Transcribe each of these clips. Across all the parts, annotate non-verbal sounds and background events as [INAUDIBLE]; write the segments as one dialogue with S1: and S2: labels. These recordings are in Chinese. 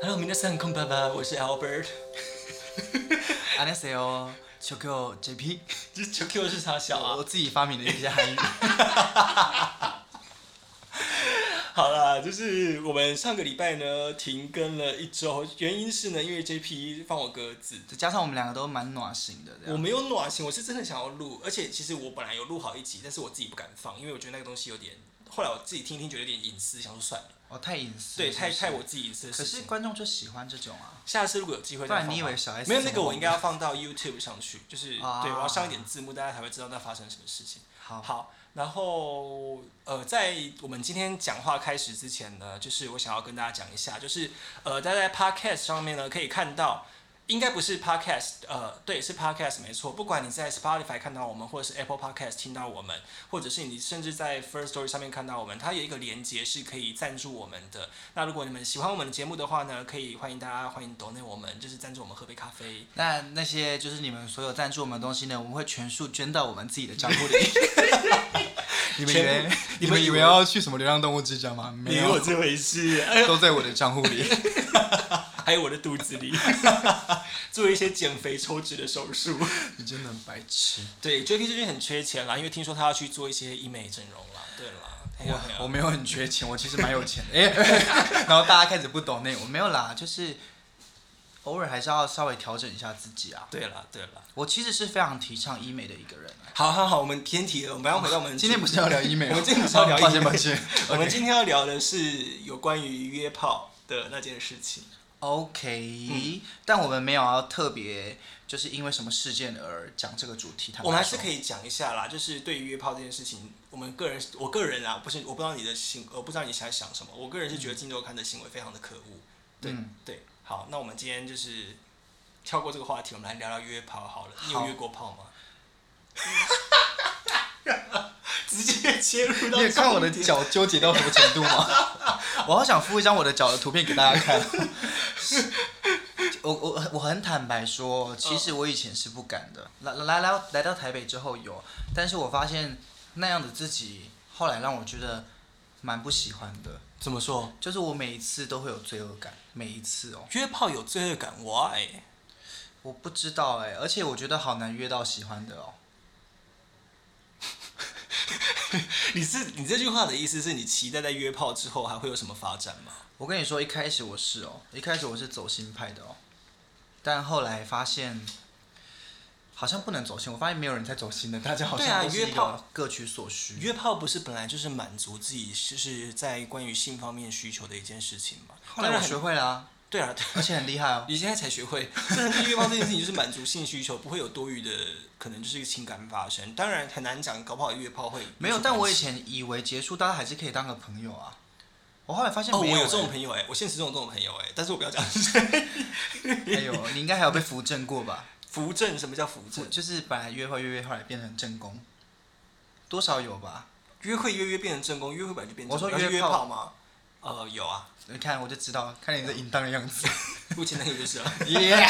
S1: Hello，皆さんこんばんは，我是 Albert。
S2: [LAUGHS] 안녕하세요，小 Q
S1: [LAUGHS]
S2: JP，
S1: 这 QQ 是啥小
S2: 我
S1: 啊？
S2: 自己发明的一些韩
S1: [LAUGHS]
S2: 语。
S1: 好啦，就是我们上个礼拜呢停更了一周，原因是呢，因为 JP 放我鸽子，
S2: 再加上我们两个都蛮暖心的，这
S1: 我
S2: 样。
S1: 没有暖心，我是真的想要录，而且其实我本来有录好一集，但是我自己不敢放，因为我觉得那个东西有点，后来我自己听听觉得有点隐私，想说算了，
S2: 哦，太隐私。
S1: 对，
S2: 是不
S1: 太
S2: 是
S1: 太我。自己隐私的
S2: 可
S1: 事
S2: 是
S1: 情。
S2: 观众就喜欢这种啊。
S1: 下次如果有机会再
S2: 不然
S1: 放吧，
S2: 你以为小 S
S1: 没有那个
S2: 怎么
S1: 我应该要放到 YouTube 上去，就是、
S2: 啊
S1: 对我要上一点字幕，大家才会知道那发生什么事情。
S2: 好。
S1: 好，然后呃，在我们今天讲话开始之前呢，就是我想要跟大家讲一下，就是呃，大家在 Podcast 上面呢可以看到，应该不是 Podcast，呃，对，是 Podcast 没错。不管你在 Spotify 看到我们，或者是 Apple Podcast 听到我们，或者是你甚至在 First Story 上面看到我们，它有一个连接是可以赞助我们的。那如果你们喜欢我们的节目的话呢，可以欢迎大家欢迎 donate 我们，就是赞助我们喝杯咖啡。
S2: 那那些就是你们所有赞助我们的东西呢，我们会全数捐到我们自己的账 [LAUGHS] 户里。你们以
S1: 全
S2: 为
S1: 部你
S2: 你
S1: 们
S2: 们
S1: 以
S2: 以
S1: 为
S2: 为要去什么流浪动物之家吗？没有，
S1: 这回事？哎
S2: 都在我的账户 [LAUGHS] 里。
S1: [LAUGHS] 还有我的肚子里， [LAUGHS] 做一些减肥抽脂的手术。
S2: 你真的很白痴。
S1: 对，JP 最近很缺钱啦，因为听说他要去做一些医美整容啦。对啦，哎呀哎
S2: 我
S1: 呀
S2: 没有很缺钱，我其实蛮有钱的。哎、 [LAUGHS] 然后大家开始不懂那我没有啦，就是偶尔还是要稍微调整一下自己啊。
S1: 对啦对啦。
S2: 我其实是非常提倡医美的一个人。啊
S1: 好好好，我们偏题了，我们要回到我们
S2: [LAUGHS] 今天不是要聊医美吗，
S1: 我们今天不是要
S2: [LAUGHS]
S1: 聊医美
S2: 抱歉抱歉。
S1: 我们今天要聊的是有关于约炮的那件事情。
S2: OK，、但我们没有要特别就是因为什么事件而讲这个主题。
S1: 我们还是可
S2: 以。
S1: 以讲一下啦，就是对于约炮这件事情，我们个人，我个人啊，不是，我不知道你的行，我不知道你想想什么，我个人是觉得金周刊的行为非常的可恶。对、
S2: 嗯
S1: 对，好，那我们今天就是跳过这个话题，我们来聊聊约炮好了。你有
S2: 好
S1: 约过炮吗？ [LAUGHS] 直接切入到
S2: 你也看我的
S1: 重点，
S2: 脚纠结到什么程度吗？ [LAUGHS] 我好想附一张我的脚的图片给大家看。 [LAUGHS] 我我我很坦白说，其实我以前是不敢的。来来来来到台北之后有，但是我发现那样的自己，后来让我觉得蛮不喜欢的。
S1: 怎么说？
S2: 就是我每一次都会有罪恶感，每一次哦，
S1: 约炮有罪恶感，why？
S2: 我不知道哎、而且我觉得好难约到喜欢的哦。
S1: [LAUGHS] 你是你这句话的意思是你期待在约炮之后还会有什么发展吗？
S2: 我跟你说，一开始我是哦，一开始我是走心派的哦，但后来发现好像不能走心，我发现没有人在走心的，大家好
S1: 对啊
S2: 像都是
S1: 约
S2: 一个
S1: 炮
S2: 各取所需。
S1: 约炮不是本来就是满足自己，就是在关于性方面需求的一件事情嘛？
S2: 后
S1: 当
S2: 来我
S1: 然
S2: 学
S1: 很
S2: 会了、啊，
S1: 对啊，对啊
S2: 而且很厉害
S1: [LAUGHS]
S2: 哦。
S1: 你现在才学会，但是约炮这件事情就是满足性需求，不会有多余的可能就是情感发生。当然很难讲，搞不好约炮会
S2: 没有，但我以
S1: 也
S2: 前以为结束大家还是可以当个朋友啊，我后来发现
S1: 哦，我
S2: 没有、欸
S1: 有这种朋友哎、我现实中有这种朋友哎、但是我不要讲是谁。
S2: 哎
S1: [LAUGHS]
S2: 呦，你应该还有被扶正过吧？
S1: 扶正，什么叫扶
S2: 就
S1: 正？
S2: 就是本来约会约约，后来变成正宫，多少有吧？
S1: 约会约约变成正宫，约会本来就变成正宫
S2: 我说
S1: 要去约
S2: 约炮
S1: 炮吗？呃，有啊，
S2: 你看我就知道，看你这淫荡的样子。
S1: 目前那个就是了。啊
S2: [LAUGHS] 耶！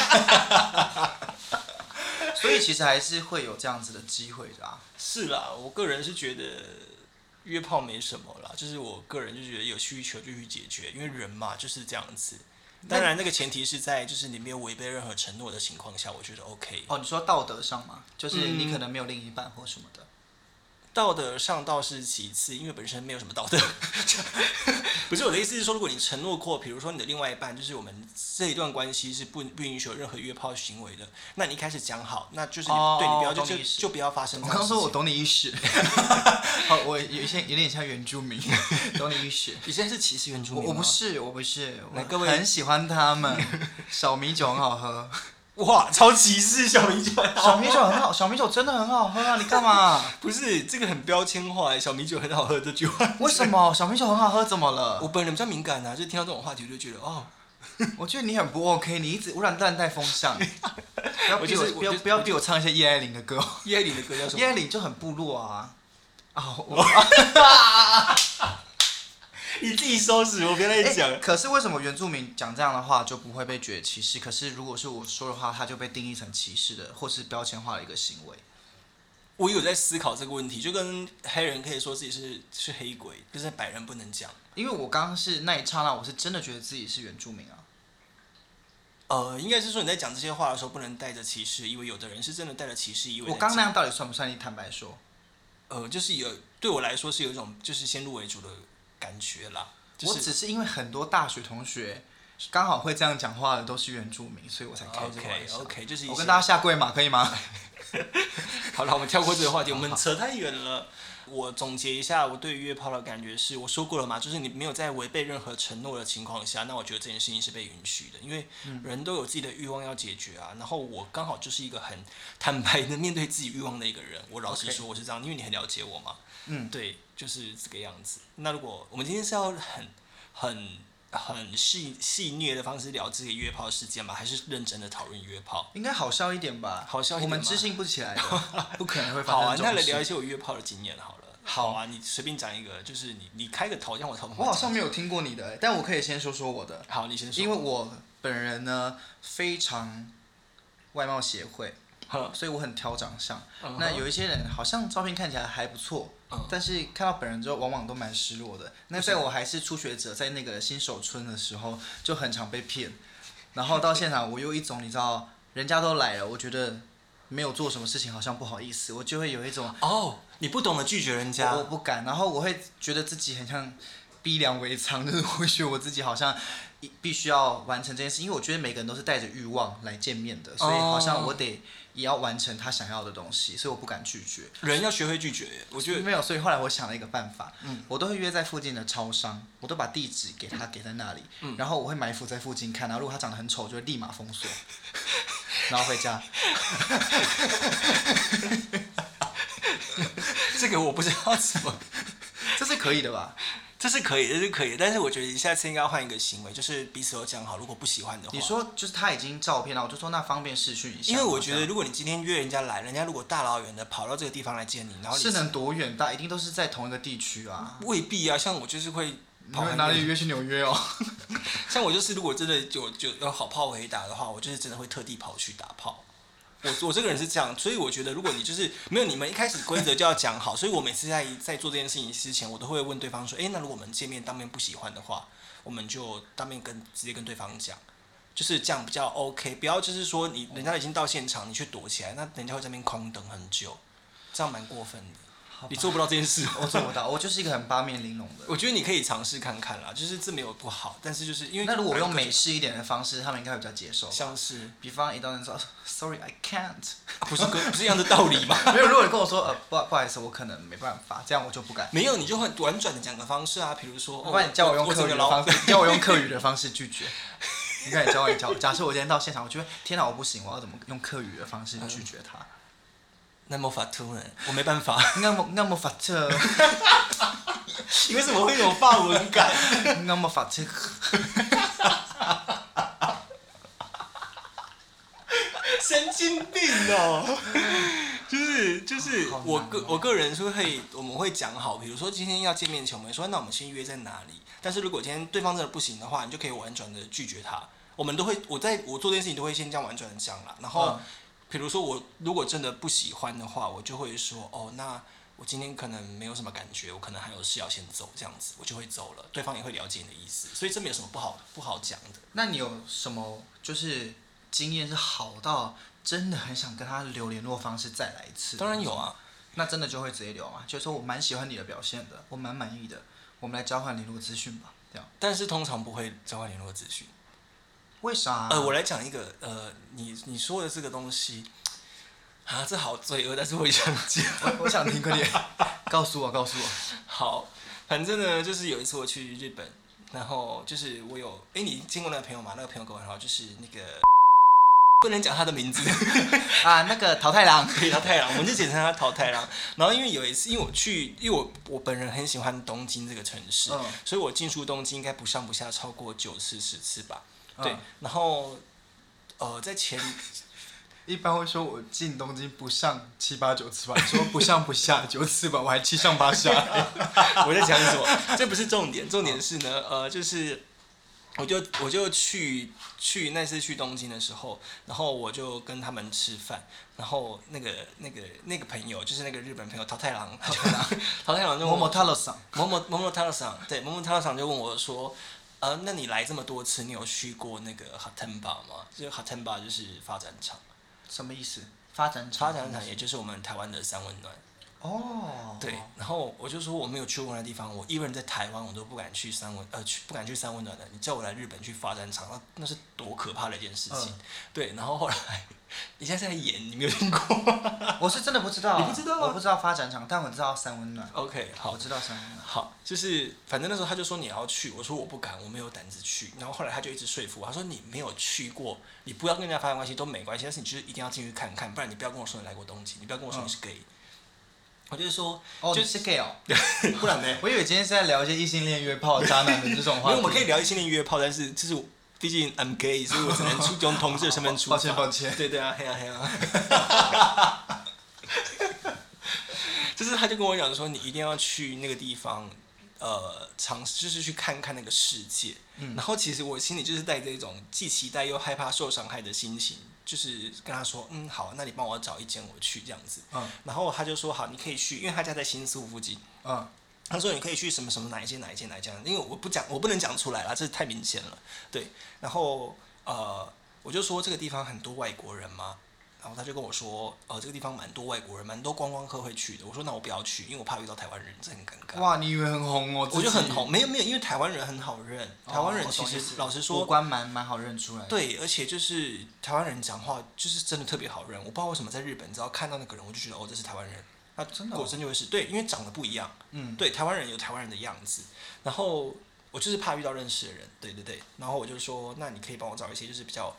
S2: 所以其实还是会有这样子的机会的啊。
S1: 是啦，我个人是觉得约炮没什么啦，就是我个人就觉得有需求就去解决，因为人嘛就是这样子。当然，那个前提是在就是你没有违背任何承诺的情况下，我觉得 OK。
S2: 哦，你说道德上嘛，就是
S1: 嗯
S2: 你可能没有另一半或什么的。
S1: 道德上倒是其次，因为本身没有什么道德。 [LAUGHS] 不是我的意思是说，如果你承诺过，比如说你的另外一半，就是我们这一段关系是不不允许有任何约炮行为的，那你一开始讲好，那就是你、
S2: 哦
S1: 对你不要就
S2: 我懂
S1: 就
S2: 你意思
S1: 就不要发生这
S2: 我
S1: 样的事
S2: 刚
S1: 情。
S2: 说我懂你意识， [LAUGHS] 好，我有一些有点像原住民， [LAUGHS] 懂你意识。
S1: 你现在是歧视原住
S2: 我
S1: 民
S2: 我不
S1: 吗
S2: 是我不是，
S1: 来
S2: 我
S1: 各位
S2: 很喜欢他们，小米酒很好喝，
S1: 哇，超歧视小米酒，
S2: [LAUGHS] 小米酒很好，小米酒真的很好喝啊！你干嘛？
S1: 不是这个很标签化欸，小米酒很好喝这句话。
S2: [LAUGHS] 为什么小米酒很好喝？怎么
S1: 我
S2: 了？
S1: 本人比较敏感啊，就听到这种话题我就觉得哦，
S2: 我觉得你很不 OK，你一直污染淡带风 [LAUGHS] 向。不要
S1: 我
S2: 逼
S1: 就是
S2: 我，
S1: 我
S2: 不
S1: 就
S2: 要
S1: 是
S2: 不要逼我唱一些叶爱玲的歌哦。
S1: 叶爱玲的歌叫什
S2: 叶
S1: 么？
S2: 爱玲就很部落啊。啊，我
S1: [LAUGHS] 你自己收拾，我别再 [LAUGHS] 讲
S2: 哎，
S1: 了。
S2: 可是为什么原住民讲这样的话就不会被觉得歧视？可是如果是我说的话，他就被定义成歧视的，或是标签化的一个行为。
S1: 我有在思考这个问题，就跟黑人可以说自己是是黑鬼，就是白人不能讲。
S2: 因为我刚刚是那一刹那，我是真的觉得自己是原住民啊。
S1: 呃，应该是说你在讲这些话的时候不能带着歧视，因为有的人是真的带着歧视意味在
S2: 我
S1: 讲。
S2: 刚那样到底算不算？你坦白说，
S1: 呃，就是有对我来说是有一种就是先入为主的感觉啦，就
S2: 我
S1: 是
S2: 只是因为很多大学同学刚好会这样讲话的都是原住民，所以我才开这个玩
S1: OK
S2: 笑。
S1: OK，就是一
S2: 我
S1: 些
S2: 跟大家下跪嘛，可以吗？
S1: 好了，我们跳过这个话题，我们扯太远了。我总结一下，我对于约炮的感觉是，我说过了嘛，就是你没有在违背任何承诺的情况下，那我觉得这件事情是被允许的，因为
S2: 嗯
S1: 人都有自己的欲望要解决啊。然后我刚好就是一个很 [LAUGHS] 坦白的面对自己欲望的一个人，我老实
S2: OK
S1: 说我是这样，因为你很了解我嘛。
S2: 嗯，
S1: 对，就是这个样子。那如果我们今天是要很很很戏戏虐的方式聊这个约炮事件吧，还是认真的讨论约炮？
S2: 应该好笑一点吧？
S1: 好笑一点
S2: 我
S1: 吗
S2: 们知性不起 [LAUGHS] 来的，不可能会
S1: 好
S2: 发
S1: 啊
S2: 生，这
S1: 那
S2: 种
S1: 来
S2: 事。
S1: 聊一些我约炮的经验好了。好啊，你随便讲一个，就是你你开个头，让我头。
S2: 我好像没有听过你的、但我可以先说说我的，
S1: 好，你先说。
S2: 因为我本人呢非常外貌协会，
S1: 哼
S2: 所以我很挑长相。
S1: 嗯哼
S2: 那有一些人好像照片看起来还不错，
S1: 嗯
S2: 但是看到本人之后，往往都蛮失落的。那在我还是初学者，在那个新手村的时候，就很常被骗。然后到现场，我又一种你知道，人家都来了，我觉得没有做什么事情，好像不好意思，我就会有一种
S1: 哦，你不懂得拒绝人
S2: 我我
S1: 家，
S2: 不敢，然后我会觉得自己很像逼良为娼， [LAUGHS] 就是我觉得我自己好像一必须要完成这件事，因为我觉得每个人都是带着欲望来见面的，所以好
S1: 哦
S2: 像我得也要完成他想要的东西，所以我不敢拒绝。
S1: 人要学会拒绝。我觉得
S2: [LAUGHS] 没有，所以后来我想了一个办法，
S1: 嗯
S2: 我都会约在附近的超商，我都把地址给他给在那里，
S1: 嗯
S2: 然后我会埋伏在附近看，然后如果他长得很丑，就会立马
S1: [LAUGHS]
S2: 封锁，然后回家。
S1: 这个我不知道怎么，
S2: 这是可以的吧？
S1: 这是可以，这是可以，但是我觉得你下次应该换一个行为，就是彼此都讲好，如果不喜欢的话，
S2: 你，说就是他已经照片了，我就说那方便视讯一下
S1: 因
S2: 吗。
S1: 为我觉
S2: 这
S1: 得
S2: 样
S1: 如果你今天约人家来，人家如果大老远的跑到这个地方来见你，然后你
S2: 是能多远大，一定都是在同一个地区啊。
S1: 未必啊，像我就是会
S2: 嗯你
S1: 跑很远
S2: 们哪里约去纽约哦？
S1: 像我就是，如果真的有就有好炮可以打的话，我就是真的会特地跑去打炮。我我这个人是这样，所以我觉得如果你就是没有你们一开始规则就要讲好，所以我每次在在做这件事情之前，我都会问对方说，诶，那如果我们见面当面不喜欢的话，我们就当面跟直接跟对方讲，就是这样比较 OK，不要就是说你人家已经到现场，你却躲起来，那人家会在那边空等很久，这样蛮过分的。你做不到这件事吗， [LAUGHS]
S2: 我做不到，我就是一个很八面玲珑的。
S1: 我觉得你可以尝试看看啦，就是这没有不好，但是就是因为
S2: 那如果我用
S1: 各
S2: 美式一点的方式，他们应该会比较接受。
S1: 像是。
S2: 比方一到人说 “Sorry, I can't”， [LAUGHS]
S1: 啊不是跟不是一样的道理吗？ [LAUGHS]
S2: 没有。如果你跟我说“呃，不好不好意思，我可能没办法”，这样我就不敢。
S1: 没有，你就很婉转的讲个方式啊，比如说，哦
S2: 我帮你教我用
S1: 我
S2: 客
S1: 整
S2: 语
S1: 个
S2: 的
S1: 老
S2: 方式，你教我用客语的方式拒 [LAUGHS] 绝。你看你教我，你教我。假设我今天到现场，我觉得天哪，我不行，我要怎么用客语的方式拒绝 [LAUGHS] 他？
S1: 那么法突然，我没办法，
S2: [LAUGHS] 那么那么法特，
S1: 你为什么会有法文感？
S2: 那么法特， [LAUGHS]
S1: 神经病哦！ [LAUGHS] 就是就是
S2: 好难哦
S1: 我个我个人是会我们会讲好，比如说今天要见面前，我们说那我们先约在哪里。但是如果今天对方真的不行的话，你就可以婉转的拒绝他。我们都会我在我做这件事情都会先这样婉转的讲啦。然后
S2: 嗯
S1: 比如说我如果真的不喜欢的话，我就会说哦那。我今天可能没有什么感觉，我可能还有事要先走，这样子我就会走了，对方也会了解你的意思，所以这没有什么不好不好讲的。
S2: 那你有什么就是经验是好到真的很想跟他留联络方式再来一次？
S1: 当然有，啊，
S2: 那真的就会直接留嘛，就说我蛮喜欢你的表现的，我蛮满意的，我们来交换联络资讯吧，这样。
S1: 但是通常不会交换联络资讯。
S2: 为啥？啊
S1: 呃，我来讲一个，呃，你你说的这个东西，啊，这好罪恶，但是我也想讲。
S2: [LAUGHS] 我我想听，快点告诉我，告诉我。
S1: 好，反正呢，就是有一次我去日本，然后就是我有，哎，你见过那个朋友吗？那个朋友跟我很好，就是那个不能讲他的名字， [LAUGHS]
S2: 啊，那个桃太郎，
S1: 对，淘太郎，我们就简称他淘太郎。然后因为有一次，因为我去，因为我我本人很喜欢东京这个城市，
S2: 嗯
S1: 所以我进出东京应该不上不下超过九次十次吧。对，
S2: 嗯
S1: 然后呃，在前
S2: 一般会说我进东京不上七八九次吧，说不上不下九次吧，我还七上八 [LAUGHS] 下。
S1: 我在讲 [LAUGHS] 什么？这不是重点，重点是呢，呃，就是我就我就去去那次去东京的时候，然后我就跟他们吃饭，然后那个那个那个朋友就是那个日本朋友桃太郎，桃太郎，桃太郎就问
S2: 某
S1: 我
S2: 某塔罗桑，
S1: 某某某某塔罗桑，对，某某塔罗桑就问我说，呃，那你来这么多次，你有去过那个 h a t e n b a 吗？就是 h a t e n b a 就是发展场，
S2: 什么意思？发展
S1: 发展场也就是我们台湾的三温暖。
S2: 哦，
S1: 对，然后我就说我没有去过那地方，我一个人在台湾我都不敢去三温呃去不敢去三温暖的，你叫我来日本去发展场，那那是多可怕的一件事情。
S2: 嗯
S1: 对，然后后来 [LAUGHS] 你现在在演，你没有听过 [LAUGHS] 吗
S2: [LAUGHS] 我是真的不知道，
S1: 你不知道吗
S2: 我不知道发展场，但我知道三温暖，
S1: ？OK，好
S2: 我，知道三温暖。
S1: 好，就是反正那时候他就说你要去，我说我不敢，我没有胆子去。然后后来他就一直说服我，他说你没有去过，你不要跟人家发生关系都没关系，但是你就是一定要进去看看，不然你不要跟我说你来过东京，你不要跟我说
S2: 嗯
S1: 你是 gay。我就说， [LAUGHS]
S2: 哦，
S1: 就
S2: 你是 gay 哦，
S1: 不然呢？
S2: [LAUGHS] 我以为今天是在聊一些异性恋约炮、渣男的这种
S1: 因
S2: 话
S1: 为
S2: 题。
S1: 我们可以聊异性恋约炮，但是就是我毕竟 I'm gay，所以我只能出用同志的身份出发。
S2: 抱歉
S1: [LAUGHS]
S2: 抱歉
S1: 对对啊，黑啊黑啊。
S2: [LAUGHS]
S1: 就是他就跟我讲说，你一定要去那个地方，呃，尝试就是去看看那个世界。
S2: 嗯
S1: 然后其实我心里就是带着一种既期待又害怕受伤害的心情，就是跟他说，嗯，好，那你帮我找一间我去这样子。
S2: 嗯
S1: 然后他就说好，你可以去，因为他家在新宿附近。
S2: 嗯，
S1: 他说你可以去什么什么哪一间哪一间哪一间，因为我不讲我不能讲出来啦，这太明显了。对，然后呃，我就说这个地方很多外国人吗？然后他就跟我说，呃，这个地方蛮多外国人，蛮多观光客会去的。我说那我不要去，因为我怕遇到台湾人，这很尴尬。
S2: 哇，你以为很红哦？
S1: 我就
S2: 嗯自己
S1: 很红，，没有没有，因为台湾人很好认，台湾人
S2: 哦
S1: 其
S2: 我懂意
S1: 实
S2: 思
S1: 老实
S2: 五
S1: 说，
S2: 官蛮蛮好认出来的。
S1: 对，而且就是台湾人讲话就是真的特别好认。我不知道为什么在日本，只要看到那个人，我就觉得哦，这是台湾人。那
S2: 真的哦
S1: 果真就会是对，因为长得不一样。
S2: 嗯，
S1: 对，台湾人有台湾人的样子，然后我就是怕遇到认识的人，对对对，然后我就说，那你可以帮我找一些就是比较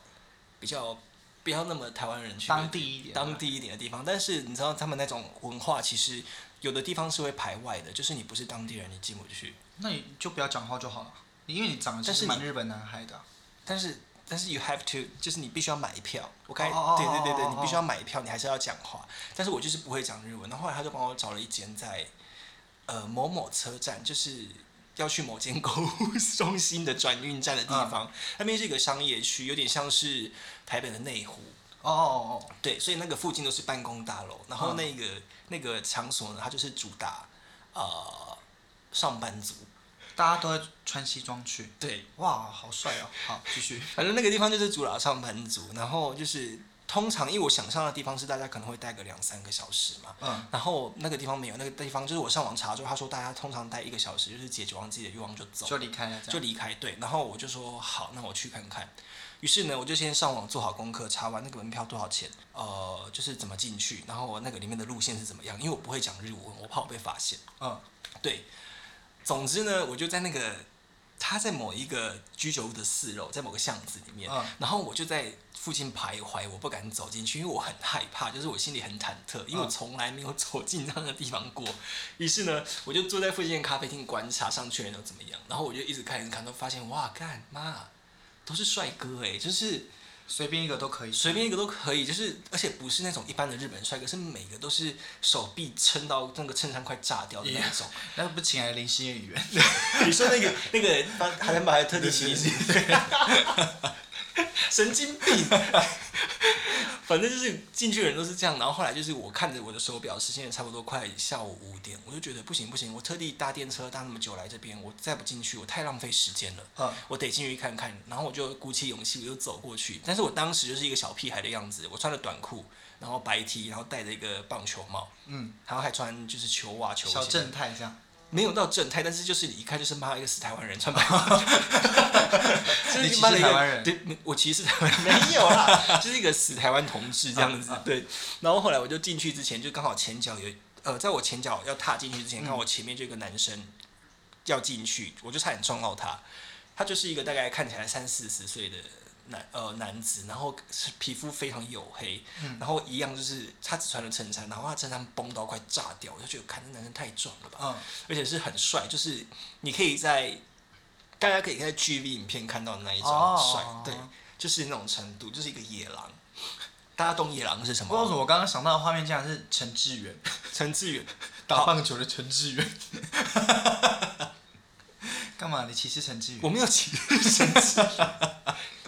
S1: 比较不要那么台湾人去的
S2: 当地一点，
S1: 当地一点的地方，但是你知道他们那种文化，其实有的地方是会排外的，就是你不是当地人，你进不去。
S2: 那你就不要讲话就好了，因为你长得就
S1: 但是
S2: 是
S1: 你
S2: 蛮日本男孩的啊、
S1: 但是但是 you have to，就是你必须要买票。我该
S2: 哦哦
S1: 对对对
S2: 哦
S1: 对，
S2: 哦
S1: 你必须要买票，你还是要讲话。但是我就是不会讲日文。然后后来他就帮我找了一间在呃某某车站，就是要去某间购物中心的转运站的地
S2: 嗯
S1: 方，那边是一个商业区，有点像是台北的内湖。
S2: 哦哦哦
S1: 对，所以那个附近都是办公大楼，然后
S2: 嗯
S1: 那个、那个场所呢，它就是主打呃上班族。
S2: 哦，大家都会穿西装去，
S1: 对，
S2: 哇，好帅哦！好，继续。
S1: 反正那个地方就是主打上班族，然后就是通常，因为我想象的地方是大家可能会待个两三个小时嘛，
S2: 嗯，
S1: 然后那个地方没有，那个地方就是我上网查之后，他说大家通常待一个小时，就是解决完自己的欲望就走，
S2: 就离开了这
S1: 就
S2: 样。
S1: 离开。对，然后我就说好，那我去看看。于是呢，我就先上网做好功课，查完那个门票多少钱，呃，就是怎么进去，然后那个里面的路线是怎么样，因为我不会讲日文，我怕我被发现。
S2: 嗯，
S1: 对，总之呢，我就在那个他在某一个居酒屋的四楼，在某个巷子里面，
S2: 嗯
S1: 然后我就在附近徘徊，我不敢走进去，因为我很害怕，就是我心里很忐忑，因为我
S2: 嗯
S1: 从来没有走进那样的地方过。于是呢，我就坐在附近的咖啡厅观察上去人都怎么样，然后我就一直看，一直看，都发现哇，干妈都是帅哥哎、就是
S2: 随便一个都可以。
S1: 随便一个都可以，就是而且不是那种一般的日本帅哥，是每个都是手臂撑到那个衬衫快炸掉的那种。
S2: [LAUGHS] 那个不请来林心演员，
S1: 你说那个 [LAUGHS] 那个把海南还特地洗一洗， [LAUGHS] 神经病。 [LAUGHS] 反正就是进去的人都是这样，然后后来就是我看着我的手表，时间也差不多快下午五点，我就觉得不行不行，我特地搭电车搭那么久来这边，我再不进去我太浪费时间了。
S2: 嗯，
S1: 我得进去看看，然后我就鼓起勇气，我就走过去。但是我当时就是一个小屁孩的样子，我穿了短裤，然后白 T，然后戴着一个棒球帽，
S2: 嗯，
S1: 然后还穿就是球袜、球鞋。
S2: 小正太这样。
S1: 没有到正太，但是就是你一看就是妈一个死台湾人穿 [LAUGHS] 白，就是
S2: 你歧视
S1: 妈的一个
S2: 台湾人
S1: 对，没我歧视台湾人没有啦， [LAUGHS] 啊就是一个死台湾同志这样子。对，然后后来我就进去之前，就刚好前脚有呃，在我前脚要踏进去之前，看我前面就有一个男生要进去，我就差点撞到他。他就是一个大概看起来三四十岁的男呃男子，然后是皮肤非常黝黑，
S2: 嗯
S1: 然后一样就是他只穿了衬衫，然后他衬衫崩到快炸掉，我就觉得看这男生太壮了吧，
S2: 嗯，
S1: 而且是很帅，就是你可以在大家可以在 GV 影片看到的那一种
S2: 哦
S1: 帅，对，就是那种程度，就是一个野狼。大家懂野狼是什
S2: 不知道为什
S1: 么？
S2: 么我刚刚想到的画面竟然是陈志远
S1: 陈志远，
S2: 打棒球的陈志远，干嘛？你歧视陈志
S1: 我
S2: 远？
S1: 没有歧视陈志远。 [LAUGHS]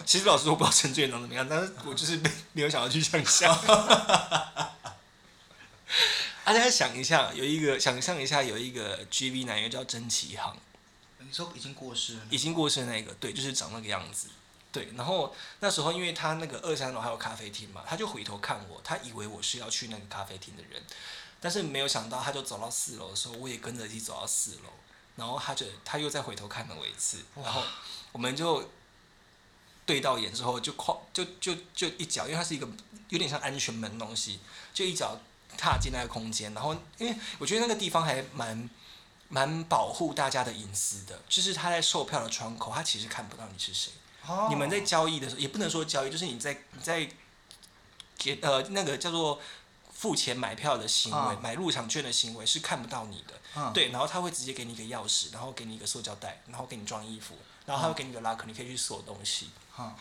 S1: 其实老实说，我不知道陈志远长怎么样，但是我就是没没有想要去想象。大家想一下，有一个想象一下，有一个 GV 男优叫曾启航，
S2: 你说已经过世了吗？
S1: 已经过世的那个，对，就是长那个样子。对，然后那时候因为他那个二三楼还有咖啡厅嘛，他就回头看我，他以为我是要去那个咖啡厅的人，但是没有想到他就走到四楼的时候，我也跟着一起走到四楼，然后他就他又再回头看了我一次，然
S2: 哦
S1: 后我们就对到眼之后就跨就就就一脚，因为它是一个有点像安全门的东西，就一脚踏进那个空间，然后因为我觉得那个地方还蛮蛮保护大家的隐私的，就是他在售票的窗口，他其实看不到你是谁。
S2: 哦
S1: 你们在交易的时候，也不能说交易，就是你在你在结呃那个叫做付钱买票的行为，
S2: 嗯
S1: 买入场券的行为是看不到你的。
S2: 嗯
S1: 对，然后他会直接给你一个钥匙，然后给你一个塑胶袋，然后给你装衣服，然后他会给你一个 locker，你可以去锁东西。
S2: 嗯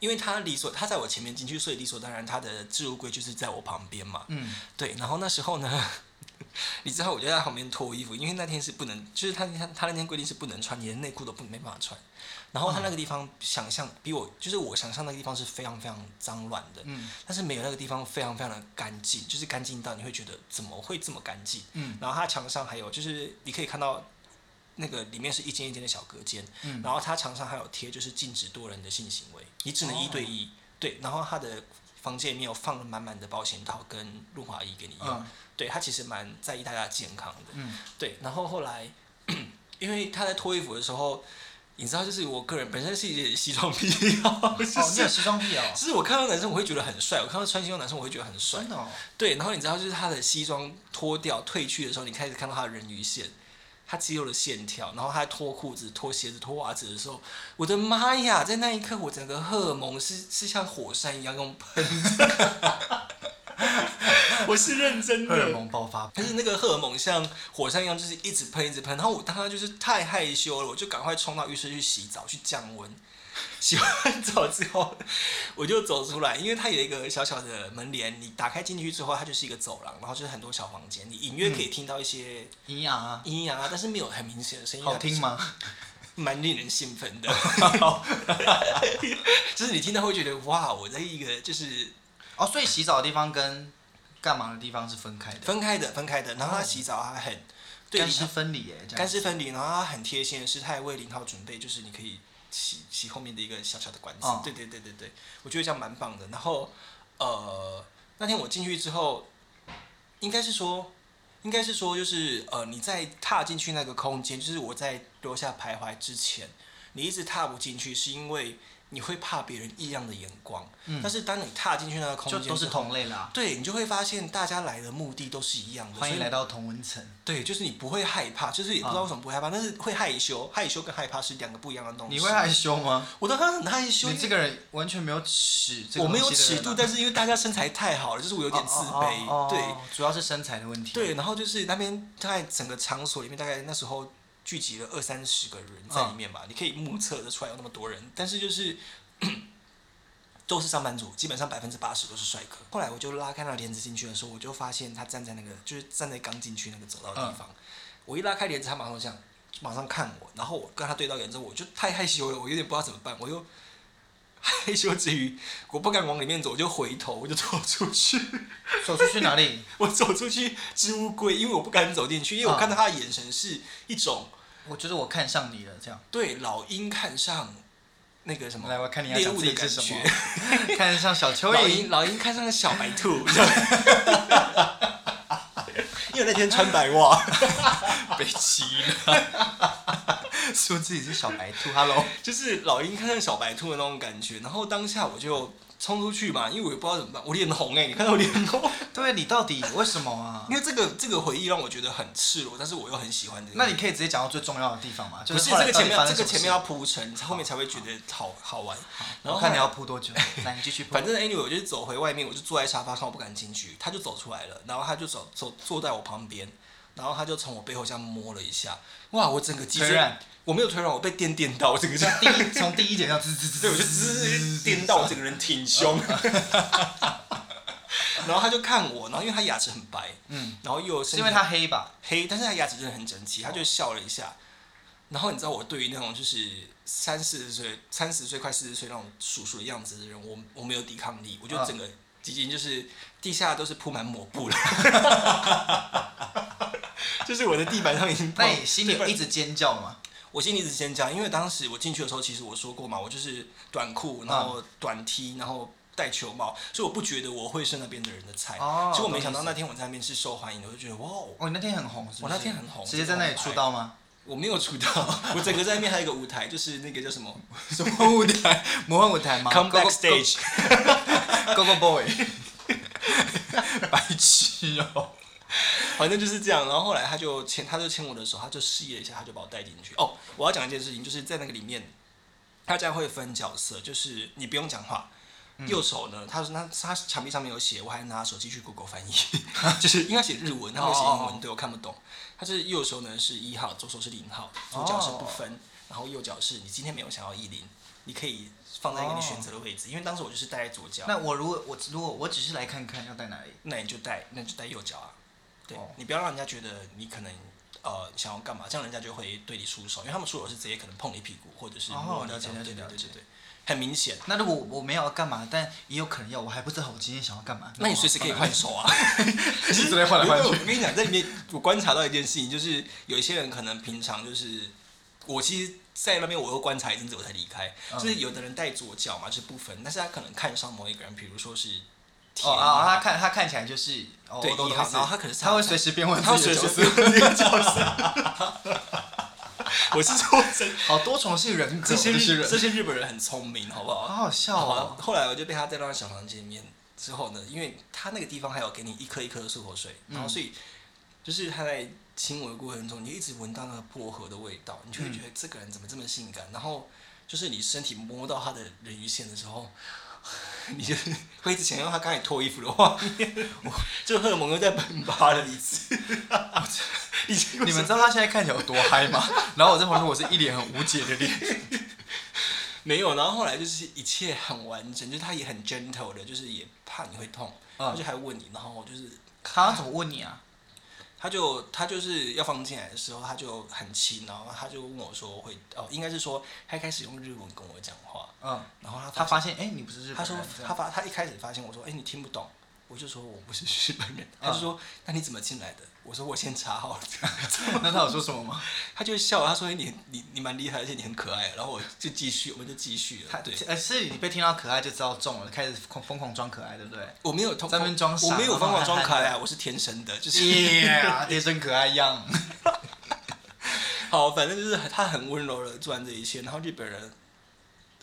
S1: 因为他理所他在我前面进去，所以理所当然他的置物柜就是在我旁边嘛。
S2: 嗯
S1: 对，然后那时候呢， [LAUGHS] 你知道我就在旁边脱衣服，因为那天是不能，就是他他他那天规定是不能穿，你连内裤都不没办法穿。然后他那个地方想象比我，就是我想象那个地方是非常非常脏乱的，
S2: 嗯
S1: 但是没有那个地方非常非常的干净，就是干净到你会觉得怎么会这么干净？
S2: 嗯
S1: 然后它墙上还有，就是你可以看到那个里面是一间一间的小隔间，
S2: 嗯
S1: 然后它墙上还有贴就是禁止多人的性行为，你只
S2: 哦
S1: 能一对一，对，然后它的房间里面有放了满满的保险套跟润滑液给你用，
S2: 嗯
S1: 对，它其实蛮在意大家的健康的，
S2: 嗯
S1: 对，然后后来 [CLEARS THROAT] 因为他在脱衣服的时候。你知道，就是我个人本身是一个西装癖好， [LAUGHS] 就
S2: 哦，你
S1: 是
S2: 有时装癖哦，
S1: 就是我看到男生我会觉得很帅，我看到穿西装男生我会觉得很帅
S2: 真，的哦，
S1: 对，然后你知道，就是他的西装脱掉褪去的时候，你开始看到他的人鱼线，他肌肉的线条，然后他脱裤子、脱鞋子、脱袜子的时候，我的妈呀！在那一刻，我整个荷尔蒙是是像火山一样用喷的，我是认真
S2: 荷尔
S1: 的。
S2: 蒙爆发。
S1: 但是那个荷尔蒙像火山一样，就是一直喷一直喷。然后我当时就是太害羞了，我就赶快冲到浴室去洗澡去降温。洗完澡之后，我就走出来，因为它有一个小小的门帘，你打开进去之后，它就是一个走廊，然后就是很多小房间，你隐约可以听到一些
S2: 营养啊，
S1: 阴阳啊，但是没有很明显的声音。啊
S2: 好听吗？ [LAUGHS]
S1: 蛮令人兴奋的， [LAUGHS] 就是你听到会觉得哇，我在一个就是
S2: 哦，所以洗澡的地方跟干嘛的地方是分开的，
S1: 分开的分开的，然后他洗澡他很对
S2: 干
S1: 你
S2: 湿分离耶，这
S1: 干
S2: 样。
S1: 湿分离，然后他很贴心的是，他还为林浩准备，就是你可以洗洗后面的一个小小的管子。
S2: 嗯
S1: 对对对对对，我觉得这样蛮棒的。然后呃，那天我进去之后，应该是说，应该是说，就是呃，你在踏进去那个空间，就是我在楼下徘徊之前，你一直踏不进去，是因为你会怕别人异样的眼光。
S2: 嗯
S1: 但是当你踏进去那个空
S2: 就
S1: 间之后，
S2: 都是同类啦。
S1: 对，你就会发现大家来的目的都是一样的。
S2: 欢
S1: 所
S2: 迎
S1: 以
S2: 来到同文层。
S1: 对，就是你不会害怕，就是也不
S2: 嗯
S1: 知道为什么不会害怕，但是会害羞，害羞跟害怕是两个不一样的东西。
S2: 你会害羞吗？
S1: 我当时很害羞，
S2: 你这个人完全没有尺，这个
S1: 我没有
S2: 东西
S1: 尺
S2: 的人啊
S1: 度，但是因为大家身材太好了，就是我有点自卑，
S2: 哦哦哦
S1: 对、
S2: 哦主要是身材的问题。
S1: 对，然后就是那边大概整个场所里面，大概那时候聚集了二三十个人在里面吧，你可以目测得出来有那么多人，但是就是。 [COUGHS] 都是上班族，基本上百分之八十都是帅哥。后来我就拉开那帘子进去的时候，我就发现他站在那个，就是站在刚进去那个走道的地方。我一拉开帘子，他马上这样，马上看我，然后我跟他对到眼之后，我就太害羞了，我有点不知道怎么办，我又 [LAUGHS] 害羞之余，我不敢往里面走，我就回头，我就走出去。
S2: 走出去哪里？
S1: [LAUGHS] 我走出去置物柜，因为我不敢走进去，
S2: 嗯
S1: 因为我看到他的眼神是一种
S2: 我觉得我看上你了，这样。
S1: 对老鹰看上那个什么
S2: 来，我看你要
S1: 猎
S2: 想
S1: 物
S2: 自
S1: 的
S2: 己
S1: 感
S2: 是什
S1: 觉 [LAUGHS]
S2: 么，？看上小蚯
S1: 老
S2: 蚓。
S1: 鹰老鹰看上了小白兔，
S2: [LAUGHS]
S1: [LAUGHS] 因为那天穿白 [LAUGHS] 袜，
S2: 被欺了，说自己是小白兔，Hello，
S1: 就是老鹰看上小白兔的那种感觉。然后当下我就冲出去嘛，因为我也不知道怎么办，我脸红哎、你看到我脸
S2: [LAUGHS]
S1: 红，
S2: 对你到底为什么啊？
S1: 因为这个这个回忆让我觉得很赤裸，但是我又很喜欢这个。
S2: 那你可以直接讲到最重要的地方嘛，就
S1: 不是
S2: 后
S1: 这个
S2: 来到底
S1: 前面
S2: 发
S1: 要
S2: 生
S1: 这个
S2: 什么
S1: 前面
S2: 事
S1: 要铺陈，后面才会觉得好好玩。然后
S2: 我看你
S1: 后来
S2: 要铺多久？来，你继续铺。
S1: 反正 anyway，我就是走回外面，我就坐在沙发上，我不敢进去。他就走出来了，然后他就走走坐在我旁边，然后他就从我背后这样摸了一下，哇，我整个脊
S2: 腿
S1: 椎
S2: 软，
S1: 我没有腿软，我被电电到，我整个
S2: [LAUGHS]
S1: 这样，
S2: 第一从第一点要滋滋滋，
S1: 对，我就直电到，我整个人挺胸。
S2: 哦
S1: [LAUGHS] 然后他就看我，然后因为他牙齿很白，
S2: 嗯，
S1: 然后又
S2: 是
S1: 是
S2: 因为它黑吧？
S1: 黑，但是他牙齿真的很整齐，他
S2: 哦
S1: 就笑了一下。然后你知道我对于那种就是三四十岁、三十岁快四十岁那种叔叔的样子的人，我我没有抵抗力，我就
S2: 啊
S1: 整个基金就是地下都是铺满抹
S2: [LAUGHS]
S1: 布了，就是我的地板上已经铺
S2: 那
S1: 满。
S2: 你心里一直尖叫嘛？
S1: 我心里一直先讲，因为当时我进去的时候，其实我说过嘛，我就是短裤，然
S2: 嗯
S1: 后短 T，然后戴球帽，所以我不觉得我会是那边的人的菜。
S2: 哦
S1: 结果没想到
S2: 懂意思
S1: 那天我在那边是受欢迎的，我就觉得哇哦，
S2: 哦，你那天很红，是不是
S1: 我那天很红
S2: 直接在那里出道吗？
S1: 我没有出道，我整个在那边还有一个舞台，就是那个叫什么
S2: 什么舞台？魔幻舞台吗
S1: Come Back
S2: Go-
S1: Stage， [LAUGHS]
S2: Go Go- Go Go Boy，白痴哦。
S1: [LAUGHS] 反正就是这样。然后后来他就牵，他就牵我的手，他就示意了一下，他就把我带进去。哦，我要讲一件事情，就是在那个里面，大家会分角色，就是你不用讲话。右手呢，他说他他墙壁上面有写，我还拿手机去 Google 翻译， [LAUGHS] 就是应该写日文，他会写英文，对我看不懂。他是右手呢是一号，左手是零号，左脚是不分，然后右脚是你今天没有想要一零，你可以放在一个你选择的位置，因为当时我就是戴在左脚。
S2: [LAUGHS] 那我如果我如果我只是来看看要在哪里，
S1: 那你就带，那你就带右脚啊。对、
S2: 哦
S1: 你不要让人家觉得你可能呃想要干嘛，这样人家就会对你出手，因为他们出手是直接可能碰你屁股或者是
S2: 哦
S1: 摸你
S2: 了解
S1: 这样
S2: 了解
S1: 对对
S2: 了
S1: 对
S2: 解哦
S1: 对对，很明显。
S2: 那如果我没有要干嘛，但也有可能要，我还不知道我今天想要干嘛。
S1: 那你随时可以换手啊！
S2: 一 [LAUGHS] 直在换来换去
S1: 因为我跟你讲，在里面我观察到一件事情，就是有一些人可能平常就是，我其实，在那边我又观察一阵子我才离开。
S2: 嗯
S1: 就是有的人带左脚嘛，就是不分，但是他可能看上某一个人，比如说是
S2: 哦啊，他看他看起来就是哦，
S1: 对
S2: 我懂
S1: 一号
S2: 意思
S1: 然后他可能是
S2: 他会随时变换
S1: 他
S2: 啊自
S1: 会
S2: 己的
S1: 随
S2: 角
S1: 时
S2: 色，
S1: 这个角色。 [LAUGHS] 我是说真的
S2: 好多重性人格，
S1: 这些
S2: 我
S1: 日
S2: 人
S1: 这些日本人很聪明，好不
S2: 好
S1: 好？
S2: 好笑
S1: 好
S2: 哦
S1: 啊。后来我就被他带到小房间里面之后呢，因为他那个地方还有给你一颗一颗的漱口水，然
S2: 嗯
S1: 后所以就是他在亲我的过程中，你一直闻到那个薄荷的味道，你就会
S2: 嗯
S1: 觉得这个人怎么这么性感？然后就是你身体摸到他的人鱼线的时候。 [LAUGHS] 你就会一直想要他刚才脱衣服的画面， [LAUGHS] 就荷尔蒙又在迸发了一次。你
S2: [LAUGHS] 你们知道他现在看起来有多嗨
S1: [LAUGHS]
S2: 吗？然后我在旁边，我是一脸很无解的脸。
S1: 没有，然后后来就是一切很完整，就是他也很 gentle 的，就是也怕你会痛，
S2: 嗯
S1: 他就还问你，然后我就是
S2: 他怎么问你啊？
S1: 他就他就是要放进来的时候，他就很轻，然后他就问我说会哦，应该是说他开始用日文跟我讲话，
S2: 嗯，
S1: 然后他
S2: 他发现哎、你不是日
S1: 他
S2: 本
S1: 说
S2: 人，
S1: 他发他一开始发现我说哎、你听不懂，我就说我不是日本人，他就说那你怎么进来的？我说我先查好了，
S2: 这样那他有说什么吗？
S1: 他就笑，他说哎你你你蛮厉害，而且你很可爱，然后我就继续，我们就继续
S2: 他
S1: 了，对。
S2: 呃，是你被听到可爱就知道中了，开始疯疯狂装可爱，对不对？
S1: 我没有通，
S2: 在那边装傻
S1: 我没有
S2: 然后
S1: 方法
S2: 憨
S1: 装
S2: 憨
S1: 可爱啊，我是天生的，就是
S2: 耶、天生可爱样。
S1: 好，反正就是他很温柔的做完这一切，然后日本人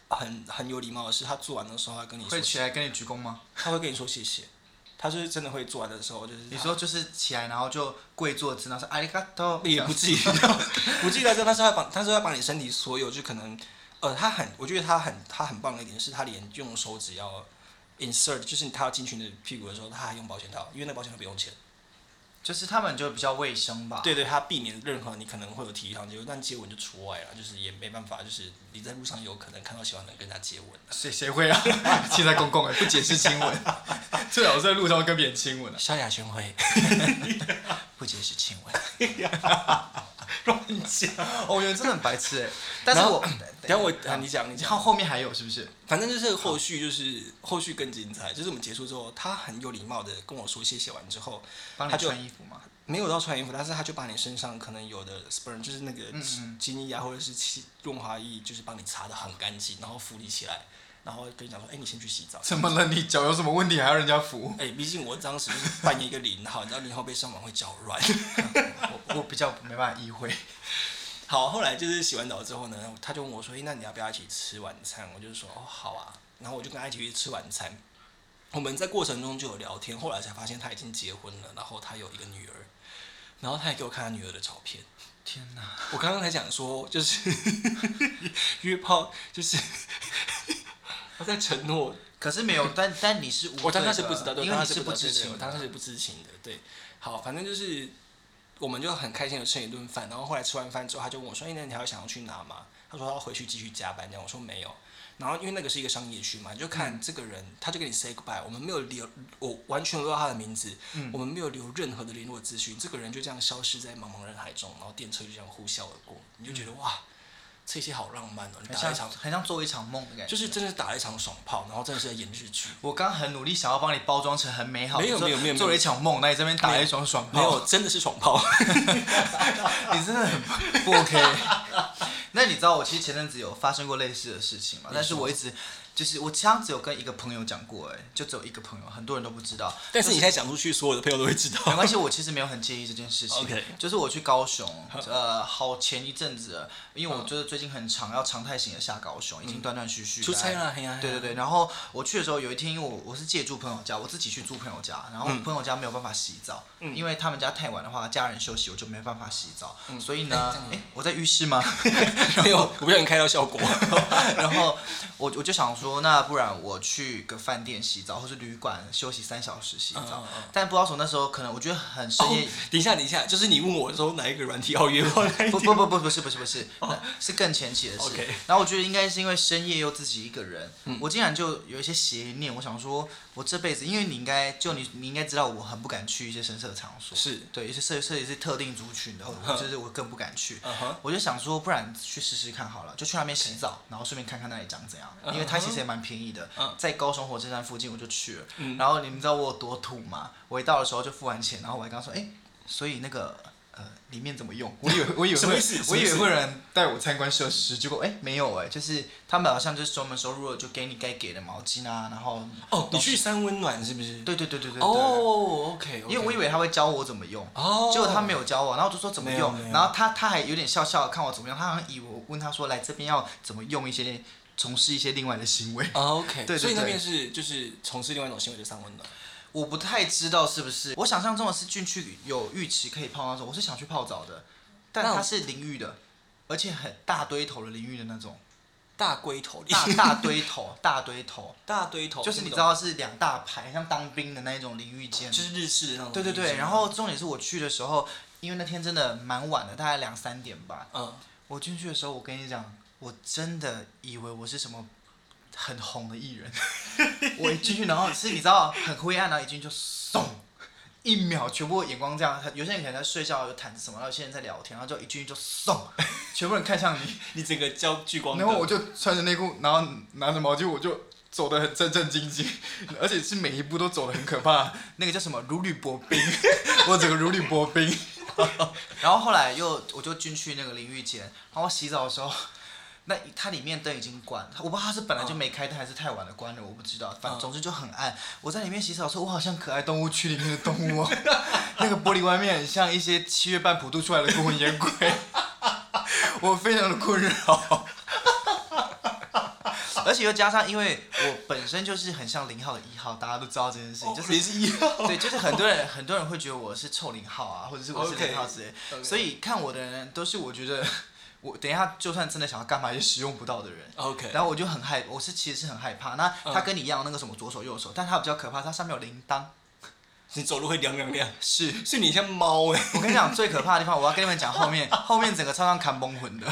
S1: 很很有礼貌的是，他做完的时候他跟你说
S2: 会，起来跟你鞠躬吗？
S1: 他会跟你说谢谢，他就是真的会做完的时候就是
S2: 你说就是起来，然后就跪坐姿，然后说阿里嘎 [LAUGHS] 多。
S1: 也不至于， [LAUGHS] 不至于到这样，但是他把他说要把你身体所有就可能，呃，他很，我觉得他很他很棒的一点是，他连用手指要 insert，就是他要进去你的屁股的时候，他还用保险套，因为那保险套不用钱。
S2: 就是他们就比较卫生吧。
S1: 对对，他避免任何你可能会有体育上接吻，但接吻就除外了，就是也没办法，就是你在路上有可能看到喜欢的人跟人家接吻。
S2: 谁谁会啊？ [LAUGHS] 现在公共哎，不解释亲吻， [LAUGHS] 最好是在路上跟别人亲吻啊，
S1: 萧亚轩 [LAUGHS] 会
S2: 不解释亲吻。
S1: 乱讲。
S2: 哦，有人真的很白痴哎， [LAUGHS] 但是
S1: 然后
S2: 我
S1: [LAUGHS] 等一下我啊，你讲你
S2: 后
S1: 讲，
S2: 后面还有是不是？
S1: 反正就是后续就是后续更精彩，就是我们结束之后，他很有礼貌的跟我说谢谢完之后，
S2: 帮你
S1: 他就
S2: 穿衣服吗？
S1: 没有到穿衣服，但是他就把你身上可能有的 sperm 就是那个
S2: 嗯嗯
S1: 精液啊或者是气润滑液，就是帮你擦的很干净，然后扶你起来，然后跟你讲说，哎、你先去洗澡。
S2: [LAUGHS] 怎么了？你脚有什么问题还要人家扶？
S1: 哎、毕竟我当时就是扮演一个零号，你知道零号被上网会脚软。 [LAUGHS]
S2: 我我比较没办法意会。
S1: 哎好，后来就是洗完澡之后呢，他就问我说：“诶，那你要不要一起吃晚餐？”我就说：“哦，好啊。”然后我就跟他一起去吃晚餐。我们在过程中就有聊天，后来才发现他已经结婚了，然后他有一个女儿，然后他也给我看他女儿的照片。
S2: 天哪！
S1: 我刚刚才讲说，就是 [LAUGHS] 约炮，就是 [LAUGHS] 我在承诺，
S2: 可是没有，但但你是无
S1: 我
S2: 罪
S1: 刚开
S2: 的
S1: 始不知道，对，
S2: 啊
S1: 我
S2: 因为
S1: 当
S2: 你
S1: 时
S2: 是
S1: 不
S2: 知
S1: 知情，
S2: 情
S1: 我
S2: 的，
S1: 当时是不知情的，对。好，反正就是我们就很开心的吃了一顿饭，然后后来吃完饭之后，他就问我说：“哎，那你还有想要去哪吗？”他说他要回去继续加班，这样我说没有。然后因为那个是一个商业区嘛，你就看
S2: 嗯
S1: 这个人，他就跟你 say goodbye，我们没有留，我完全不知道他的名字，
S2: 嗯
S1: 我们没有留任何的联络资讯，这个人就这样消失在茫茫人海中，然后电车就这样呼啸而过，你就觉得、哇，这些好浪漫哦，你
S2: 嗯很
S1: 打了一
S2: 像
S1: 场，
S2: 很像做一场梦的感觉。
S1: 就是真的是打了一场爽炮，然后真的是在演日剧。
S2: 我刚很努力想要帮你包装成很美好，
S1: 没有
S2: 就是
S1: 没有没有没有
S2: 做了一场梦，那你这边打了一双爽
S1: 没有，
S2: [LAUGHS] 炮，
S1: 真的是爽 [LAUGHS] 炮。
S2: 你真的很 [LAUGHS] 不 OK。那你知道我其实前阵子有发生过类似的事情嘛？但是我一直就是我这样子有跟一个朋友讲过、哎，就只有一个朋友，很多人都不知道。
S1: 但是你现在讲出去，所有的朋友都会知
S2: 没
S1: 道。
S2: 关系，我其实没有很介意这件事情。
S1: OK
S2: 就是我去高
S1: [LAUGHS]
S2: 雄，呃，好前一阵子了，因为我就是最近很长要常态型的下高雄，已经断断续
S1: 嗯
S2: 续。
S1: 出差啦嘿呀嘿呀
S2: 对对对，然后我去的时候，有一天因为我我是借住朋友家，我自己去住朋友家，然后
S1: 嗯
S2: 朋友家没有办法洗澡，因为他们家太晚的话，家人休息，我就没办法洗澡，所以呢
S1: 哎这样，
S2: 哎，我在浴室
S1: [LAUGHS]
S2: 吗？ [LAUGHS]
S1: 没有，我不小心开到效果。
S2: 然后我我就想说，那不然我去个饭店洗澡，或是旅馆休息三小时洗
S1: 嗯
S2: 澡
S1: 嗯嗯。哦
S2: 但不知道从那时候，可能我觉得很深夜。
S1: 等一下，等一下，就是你问我说哪一个软体要约炮，哪一
S2: 不
S1: 个
S2: 不不不不是不是不是，那是更前期的事
S1: 哦 OK。嗯
S2: 然后我觉得应该是因为深夜又自己一个人，我竟然就有一些邪念，我想说，我这辈子，因为你应该就你你应该知道，我很不敢去一些深色场所，
S1: 是
S2: 对，一些涉涉及是特定族群的，我就是我更不敢去。
S1: 嗯哼
S2: 我就想说，不然去试试看好了，就去那边洗澡然后顺便看看那里长怎样，因为它其实也蛮便宜的
S1: 嗯
S2: 在高雄火车站附近我就去了。然后你们知道我有多土吗？我一到的时候就付完钱，然后我还刚说，哎、所以那个呃里面怎么用？我以为我以为
S1: 什么
S2: 会
S1: 意思
S2: 我
S1: 什么意
S2: 以为
S1: 思
S2: 会有人带我参观设施，结果哎、没有哎、就是他们好像就是专门收入了，就给你该给的毛巾啊，然后
S1: 哦，你去三温暖是不是？
S2: 对对对对对对。
S1: 哦，OK，
S2: 因为我以为他会教我怎么用，
S1: 哦
S2: 结果他没有教我，然后我就说怎么
S1: 没有
S2: 用
S1: 没，有
S2: 然后他他还有点笑笑地看我怎么用，他好像以为我问他说来这边要怎么用一些从事一些另外的行为， [LAUGHS]
S1: 啊 OK，
S2: 对对
S1: 所以那
S2: 对
S1: 边是就是从事另外一种行为，就是三温暖。
S2: 我不太知道是不是，我想象中的是进去有浴池可以泡那种，我是想去泡澡的，但
S1: 那我
S2: 它是淋浴的，而且很大堆头的淋浴的
S1: [LAUGHS]
S2: 那种，
S1: 大龟头， [LAUGHS]
S2: 大大堆头大堆头，
S1: 大堆头，
S2: 就是你知，道是两大排像当兵的那一种淋浴间，
S1: 就是日式的那种。
S2: 对对对，然后重点是我去的时候，因为那天真的蛮晚的，大概两三点吧。
S1: 嗯，
S2: 我进去的时候，我跟你讲，我真的以为我是什么很红的艺人。 [LAUGHS] 我一进去，然后是你知道很灰暗，然后一进去就送。一秒，全部眼光这样，有些人可能在睡觉，有毯子什么，然后有些人在聊天，然后就一进去就送，全部人看向你，
S1: 你整个叫聚光
S2: 然后我
S1: 灯，
S2: 就穿着内裤，然后拿着毛巾，我就走得很战战兢兢， [LAUGHS] 而且是每一步都走得很可怕。那个叫什么如履薄冰， [LAUGHS] 我整个如履薄冰。 [LAUGHS] 然后后来又我就进去那个淋浴间，然后洗澡的时候。那它里面灯已经关，我不知道它是本来
S1: 哦
S2: 就没开灯，还是太晚了关了，我不知道。反
S1: 嗯
S2: 总之就很暗。我在里面洗澡的时候，我好像可爱动物区里面的动物哦， [LAUGHS] 那个玻璃外面很像一些七月半普渡出来的孤魂野鬼， [LAUGHS] 我非常的困扰。而且又加上，因为我本身就是很像零号的一号，大家都知道这件事情，就是
S1: 是哦是一号。
S2: 对，就是很多人很多人会觉得我是臭零号啊，或者是我是
S1: OK，
S2: 零号之类
S1: OK
S2: 所以看我的人都是我觉得我等一下就算真的想要干嘛也使用不到的人。
S1: OK，
S2: 然后我就很害，我是其实是很害怕。那他跟你一样那个什么左手右手，但他比较可怕，他上面有铃铛。
S1: 你走路会凉凉凉，
S2: 是，
S1: 是你像猫 [LAUGHS] 哎。
S2: 我跟你讲最可怕的地方，我要跟你们讲后面，后面整个超像砍崩魂的，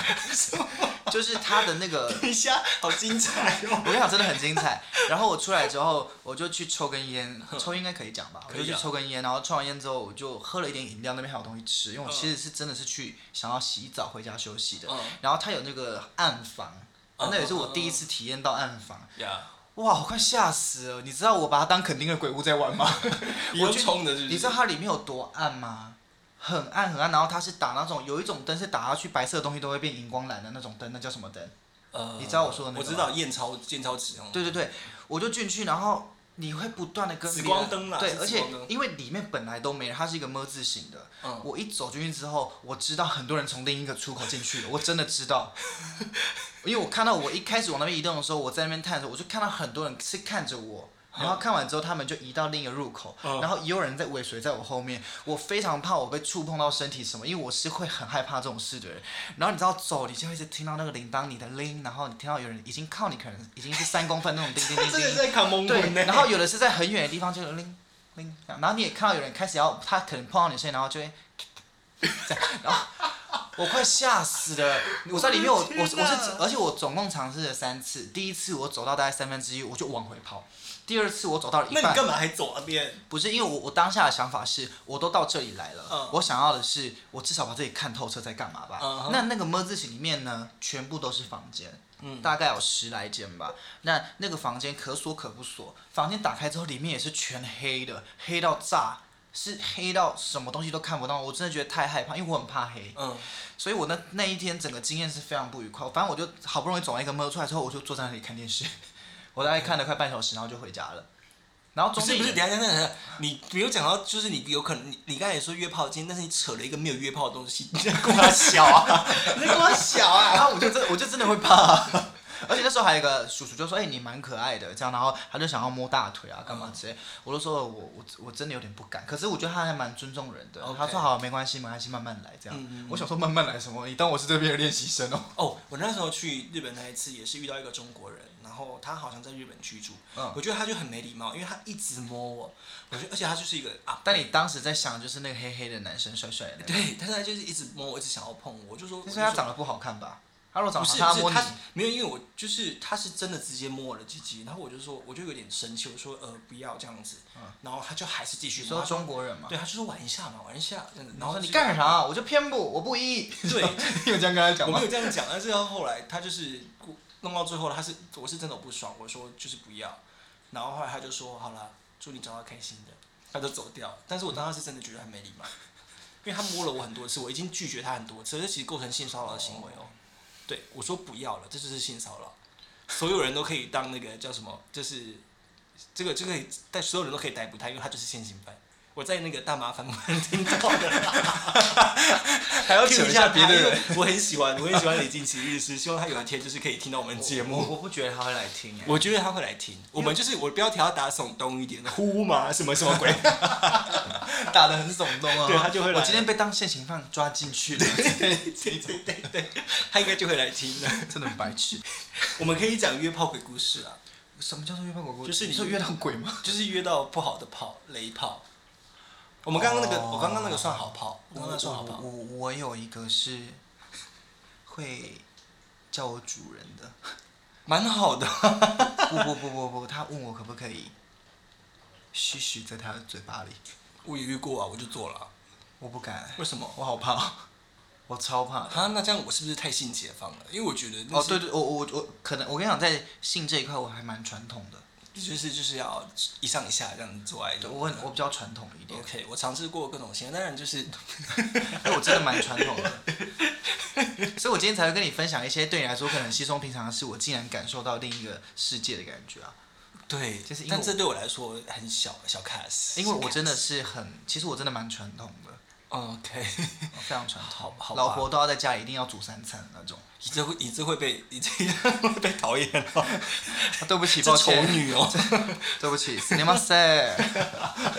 S2: [LAUGHS] 就是他的那个
S1: 等一下，好精彩
S2: 我
S1: 哦。
S2: 跟你讲，真的很精彩。然后我出来之后，我就去抽根烟，抽烟应该可以讲吧？
S1: 嗯
S2: 我
S1: 可以啊
S2: 就去抽根烟，然后抽完烟之后，我就喝了一点饮料，那边还有东西吃，因为我其实是真的是去想要洗澡回家休息的
S1: 嗯。
S2: 然后他有那个暗房，
S1: 嗯
S2: 那也是我第一次体验到暗房。
S1: 呀，
S2: 哇，我快吓死了！你知道我把它当肯定的鬼屋在玩吗？
S1: [LAUGHS] 你用冲的是不是？
S2: 你知道它里面有多暗吗？很暗很暗，然后它是打那种有一种灯是打下去白色的东西都会变荧光蓝的那种灯，那叫什么灯？
S1: 呃
S2: 你知道我说的那个
S1: 我知道验钞验钞纸那种。
S2: 对对对，我就进去，然后你会不断的跟
S1: 紫
S2: 别人
S1: 光灯啦
S2: 对，
S1: 是
S2: 而
S1: 紫
S2: 且
S1: 光灯
S2: 因为里面本来都没人，它是一个么字形的。
S1: 嗯
S2: 我一走进去之后，我知道很多人从另一个出口进去了，我真的知道，因为我看到我一开始往那边移动的时候，我在那边探的时候，我就看到很多人是看着我。然后看完之后，他们就移到另一个入口，
S1: 嗯
S2: 然后也有人在尾随在我后面。我非常怕我被触碰到身体什么，因为我是会很害怕这种事的人。然后你知道走，你就会一直听到那个铃铛，你的铃，然后你听到有人已经靠你，可能已经是三公分那种叮叮叮
S1: [LAUGHS]
S2: 叮。
S1: 真的在扛蒙
S2: 对
S1: 混，呢。
S2: 然 [LAUGHS] 后有的是在很远的地方就拎拎，然后你也看到有人开始要他可能碰到你身体，然后就会 [LAUGHS] 这样，然后我快吓死了。我在里面我我我是
S1: 天哪
S2: 而且我总共尝试了三次，第一次我走到大概三分之一我就往回跑，第二次我走到了一
S1: 那你
S2: 半，
S1: 干嘛还走那边？
S2: 不是因为我我当下的想法是我都到这里来了，
S1: 嗯
S2: 我想要的是我至少把自己看透彻在干嘛吧。
S1: 嗯哼
S2: 那那个么字形里面呢，全部都是房间。
S1: 嗯
S2: 大概有十来间吧。那那个房间可锁可不锁，房间打开之后里面也是全黑的，黑到炸，是黑到什么东西都看不到。我真的觉得太害怕，因为我很怕黑，
S1: 嗯，
S2: 所以我那那一天整个经验是非常不愉快。反正我就好不容易走完一个摸出来之后，我就坐在那里看电视， [LAUGHS] 我大概看了快半小时，然后就回家了。然后
S1: 不
S2: 中
S1: 是
S2: 间
S1: 不是，
S2: 也
S1: 等一下等一下等一下，你没有讲到，就是你有可能，你你刚才也说约炮经，但是你扯了一个没有约炮的东
S2: [LAUGHS]
S1: 西，你在跟我小啊，你在跟我小啊，
S2: 然后我就真我就真的会怕、 [LAUGHS] 而且那时候还有一个叔叔就说：“哎、你蛮可爱的。”这样，然后他就想要摸大腿啊，干嘛之类。我就说我我我真的有点不敢，可是我觉得他还蛮尊重人的。
S1: OK
S2: 他说：“好，没关系，没关系，慢慢来。”这
S1: 嗯
S2: 样，
S1: 嗯嗯
S2: 我想说慢慢来什么？你当我是这边的练习生 [LAUGHS] 哦？
S1: 哦，我那时候去日本那一次也是遇到一个中国人，然后他好像在日本居住，
S2: 嗯
S1: 我觉得他就很没礼貌，因为他一直摸我，我觉得而且他就是一个啊，
S2: 但你当时在想，就是那个黑黑的男生，帅帅的那个，
S1: 对，但是他就是一直摸我，一直想要碰我，我就说，
S2: 所
S1: 我
S2: 以
S1: 就
S2: 他
S1: 说
S2: 长得不好看吧？他如果长
S1: 不
S2: 得好
S1: 是
S2: 看，他摸
S1: 不是
S2: 你
S1: 他没有，因为我就是他是真的直接摸我的鸡鸡，然后我就说我就有点生气，我说呃不要这样子，
S2: 嗯
S1: 然后他就还是继续
S2: 你
S1: 摸，
S2: 说
S1: 他说
S2: 中国人嘛？
S1: 对，他就说玩一下嘛，玩一下这样子，然后
S2: 我说你
S1: 就 [LAUGHS]
S2: 干？啥？我就偏不，我不依。
S1: 对，
S2: [LAUGHS] 你有这样跟他讲
S1: 我
S2: 吗
S1: 没？有这样讲，但是到后来他就是弄到最后，他是我是真的不爽，我说就是不要，然后后来他就说好了，祝你找到开心的，他就走掉了。但是我当时是真的觉得很没礼貌，因为他摸了我很多次，我已经拒绝他很多次，这其实构成性骚扰的行为哦。对，我说不要了，这就是性骚扰，所有人都可以当那个叫什么，就是这个这个，但所有人都可以逮捕他，因为他就是现行犯。我在那个大麻烦官听到的啦。
S2: 还要
S1: Q 一下别的人，，我很喜欢，我很喜欢李进奇律师，希望他有一天就是可以听到我们节
S2: 我
S1: 目。
S2: 我不觉得他会来听哎。
S1: 我觉得他会来听，我们就是我标题要打耸动一点，呼嘛什么什么
S2: [LAUGHS]
S1: 鬼，
S2: 打的很耸动啊！
S1: 对他就会来
S2: 我今天被当现行犯抓进去了， [LAUGHS]
S1: 对对对对，他应该就会来听的。
S2: 真的很白痴。
S1: 我们可以讲约炮鬼故事啊，
S2: 什么叫做约炮狗狗？
S1: 就是你
S2: 你说约到鬼吗？
S1: 就是约到不好的炮，雷炮。我们刚刚那个，
S2: 哦
S1: 我刚刚那个算好炮，我
S2: 我
S1: 刚刚那个算好炮。
S2: 我我有一个是会叫我主人
S1: [LAUGHS]
S2: 的，
S1: 蛮好的， [LAUGHS]
S2: 不不不不不，他问我可不可以嘘嘘在他的嘴巴里，
S1: 我也遇过啊，我就做了啊。
S2: 我不敢，
S1: 为什么？
S2: 我好怕哦，我超怕的。
S1: 啊，那这样我是不是太性解放了？因为我觉得那
S2: 哦，
S1: 是
S2: 对对，我我我可能我跟你讲，在性这一块我还蛮传统的，
S1: 就是就是要一上一下这样做爱。
S2: 对我很我比较传统一点，
S1: OK，我尝试过各种型，当然就是
S2: 因为我真的蛮传统的，所以我今天才会跟你分享一些对你来说可能稀松平常的事，我竟然感受到另一个世界的感觉啊！
S1: [LAUGHS] 对，
S2: 就是因为
S1: 但
S2: 我
S1: 这对我来说很小小 case，
S2: 因为我
S1: 小
S2: 真的
S1: case
S2: 是很，其实我真的蛮传统的，
S1: [LAUGHS] OK，
S2: 非常传
S1: 好
S2: 统，
S1: 好吧
S2: 老婆都要在家里一定要煮三餐那种。
S1: 你这会你这会被 [LAUGHS] 你这会被讨厌哦，
S2: 啊对不起，
S1: 这
S2: 抱
S1: 丑
S2: 歉，
S1: 女哦。
S2: 对不起，死你妈塞！
S1: [LAUGHS]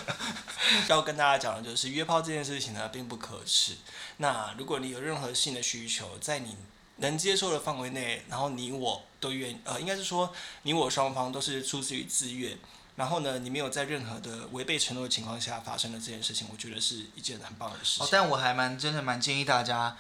S1: 要跟大家讲的就是约炮这件事情呢并不可耻。那如果你有任何性的需求，在你能接受的范围内，然后你我都愿，呃，应该是说你我双方都是出自于自愿。然后呢，你没有在任何的违背承诺的情况下发生的这件事情，我觉得是一件很棒的事情
S2: 哦，。但我还蛮真的蛮建议大家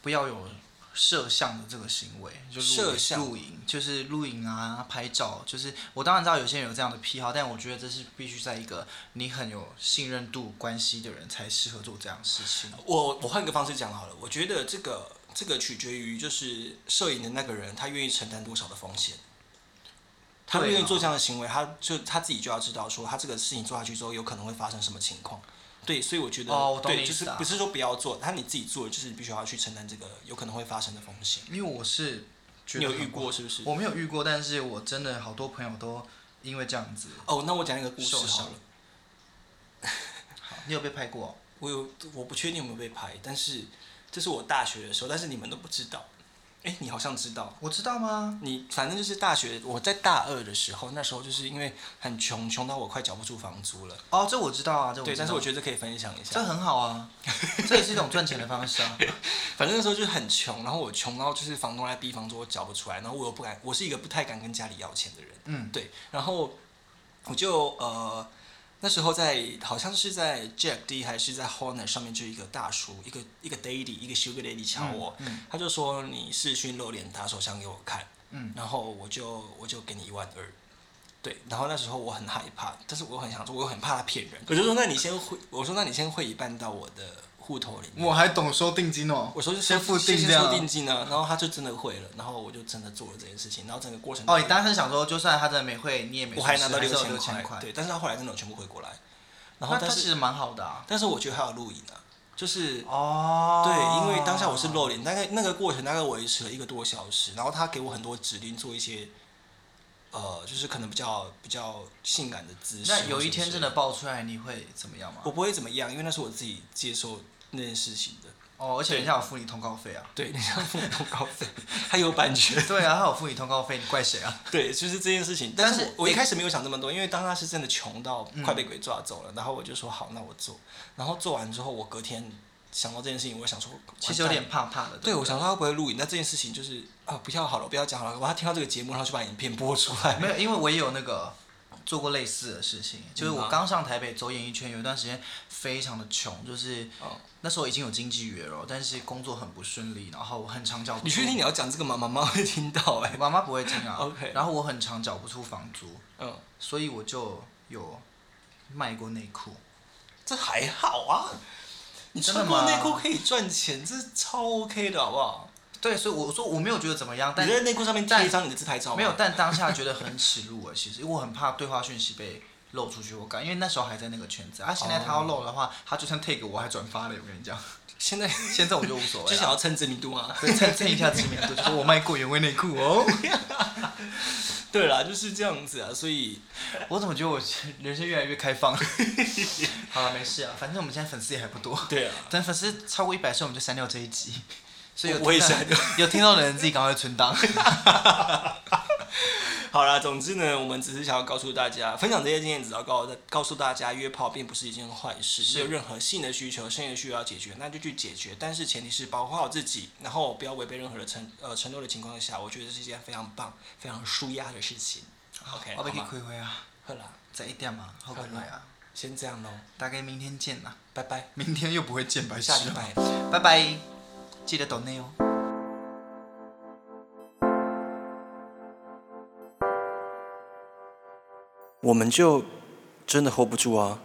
S2: 不要有摄像的这个行为，就
S1: 摄
S2: 录
S1: 像
S2: 录影，就是录影啊、拍照，就是我当然知道有些人有这样的癖好，但我觉得这是必须在一个你很有信任度关系的人才适合做这样的事情。
S1: 我我换个方式讲好了，我觉得这个这个取决于就是摄影的那个人他愿意承担多少的风险。他
S2: 对啊
S1: 愿意做这样的行为，他就他自己就要知道说他这个事情做下去之后有可能会发生什么情况。对，所以我觉得、
S2: 哦我懂
S1: 对，
S2: 你意
S1: 就是
S2: 思啊
S1: 不是说不要做，他你自己做就是你必须要去承担这个有可能会发生的风险。
S2: 因为我是觉
S1: 你
S2: 得
S1: 有
S2: 很
S1: 遇
S2: 不
S1: 过是不是？
S2: 我没有遇过，但是我真的好多朋友都因为这样子
S1: 哦，那我讲一个故事
S2: 受
S1: 好
S2: 伤
S1: 了。。
S2: 好你有被拍过哦、
S1: 我有，我不确定有没有被拍，但是这是我大学的时候，但是你们都不知道。哎，你好像知道，
S2: 我知道吗？
S1: 你反正就是大学，我在大二的时候，那时候就是因为很穷，穷到我快缴不出房租了。
S2: 哦，这我知道啊，这我
S1: 对，
S2: 知道
S1: 但是我觉得可以分享一
S2: 这
S1: 下。
S2: 很好
S1: [LAUGHS]
S2: 啊，这也是一种赚钱的方式啊。
S1: 反正那时候就是很穷，然后我穷到就是房东来逼房租，我缴不出来，然后我又不敢，我是一个不太敢跟家里要钱的人。
S2: 嗯，
S1: 对，然后我就呃那时候在好像是在 Jack D 还是在 Hornet 上面就一个大叔，一个一个 Daddy，一个 Sugar Daddy 敲我，
S2: 嗯
S1: 他就说你视讯露脸打手枪给我看，
S2: 嗯，
S1: 然后我就我就给你一万二。对，然后那时候我很害怕，但是我很想说，我又很怕他骗人。
S2: 嗯
S1: 我就说，那你先汇，我说那你先汇一半到我的户头里面。
S2: 我还懂收定金哦。
S1: 我说
S2: 先付定
S1: 先
S2: 这样
S1: 收
S2: 啊
S1: 定金呢，然后他就真的汇了，然后我就真的做了这件事情，然后整个过程
S2: 哦，你当时想说，就算他真的没会，你也没损
S1: 我
S2: 失，
S1: 还拿到
S2: 还
S1: 六
S2: 是有
S1: 千
S2: 六千块。
S1: 对，但是他后来真的有全部汇过来，然后
S2: 那
S1: 但
S2: 他其
S1: 是
S2: 实蛮好的啊。
S1: 但是我觉得还有录影啊，就是、
S2: 哦，
S1: 对，因为当下我是露脸，大概那个过程大概维持了一个多小时，然后他给我很多指令做一些，呃，就是可能比较比较性感的姿势。
S2: 那有一天真的，爆出来，你会怎么样吗
S1: 我？不会怎么样，因为那是我自己接受那件事情的。
S2: 哦，而且人家有付你通告费啊。
S1: 对，你像父母通告 [LAUGHS] 费，还有版权。
S2: 对啊，他有付你通告费，你怪谁啊？
S1: 对，就是这件事情。
S2: 但
S1: 但是
S2: 是嗯
S1: 我我一
S2: 你
S1: 开始没有想这么多，因为当他是真的穷到快被鬼抓走了，然后我就说好，那我做。然后做完之后，我隔天想到这件事情，我想说，
S2: 其实有
S1: 完蛋
S2: 点怕怕的。
S1: 对，
S2: 不
S1: 我想说他会不会录影？那这件事情就是啊，不要好了，不要讲好了，我要听到这个节目，然后就把影片播出来。
S2: 没有，因为我也有那个做过类似的事情，就是
S1: 嗯
S2: 我
S1: 啊
S2: 刚上台北走演艺圈，有一段时间非常的穷，就是
S1: 哦
S2: 那时候已经有经纪约了，但是工作很不顺利，然后我很常缴不
S1: 你
S2: 出。
S1: 确定你要讲这个吗？妈妈会听到哎、
S2: 我妈妈不会听啊。
S1: [LAUGHS] OK
S2: 然后我很常缴不出房租，
S1: 嗯，
S2: 所以我就有卖过内裤。
S1: 这还好啊。你
S2: 真的
S1: 穿过
S2: 吗
S1: 内裤可以赚钱，这是超 OK 的，好不好？
S2: 对，所以我说我没有觉得怎么样，
S1: 你
S2: 但
S1: 在内裤上面贴一张你的自拍照吗
S2: 没有，但当下觉得很耻辱啊。其实因为我很怕对话讯息被漏出去，我敢，因为那时候还在那个圈子。啊，现在
S1: 哦
S2: 他要漏的话，他就算 take 我还转发了，我跟你讲。
S1: 现在
S2: [LAUGHS]
S1: [LAUGHS]
S2: 现在我就无所谓、
S1: 就
S2: 了。
S1: 想要蹭知名度啊吗？
S2: 对，蹭蹭一下知名度，就说我卖过原味内裤哦。 [LAUGHS]
S1: 对啦，就是这样子啊，所以
S2: 我怎么觉得我人生越来越开放？ [LAUGHS] 好了，没事啊，反正我们现在粉丝也还不多。
S1: 对啊，
S2: 等粉丝超过一百岁，我们就删掉这一集。所以有
S1: 我我也
S2: 听到
S1: 删掉
S2: [LAUGHS] 有听到的人自己赶快存
S1: [LAUGHS]
S2: 档。
S1: 好啦，总之呢，我们只是想要告诉大家，分享这些经验，只要告告诉大家，约炮并不是一件坏事，
S2: 是
S1: 你有任何性的需求、性的需要解决，那就去解决，但是前提是保护好自己，然后不要违背任何的承呃承诺的情况下，我觉得这是一件非常棒、非常舒压的事情。OK，
S2: 我
S1: 好
S2: 被给
S1: 吗？
S2: 亏回啊，
S1: 好啦，
S2: 再一点嘛，好可爱啊，
S1: 先这样喽，
S2: 大概明天见啦。
S1: 拜拜，
S2: 明天又不会见，白痴
S1: 下礼
S2: 啊。
S1: 拜。
S2: 拜拜，记得抖内哦。
S3: 我们就真的 hold 不住啊。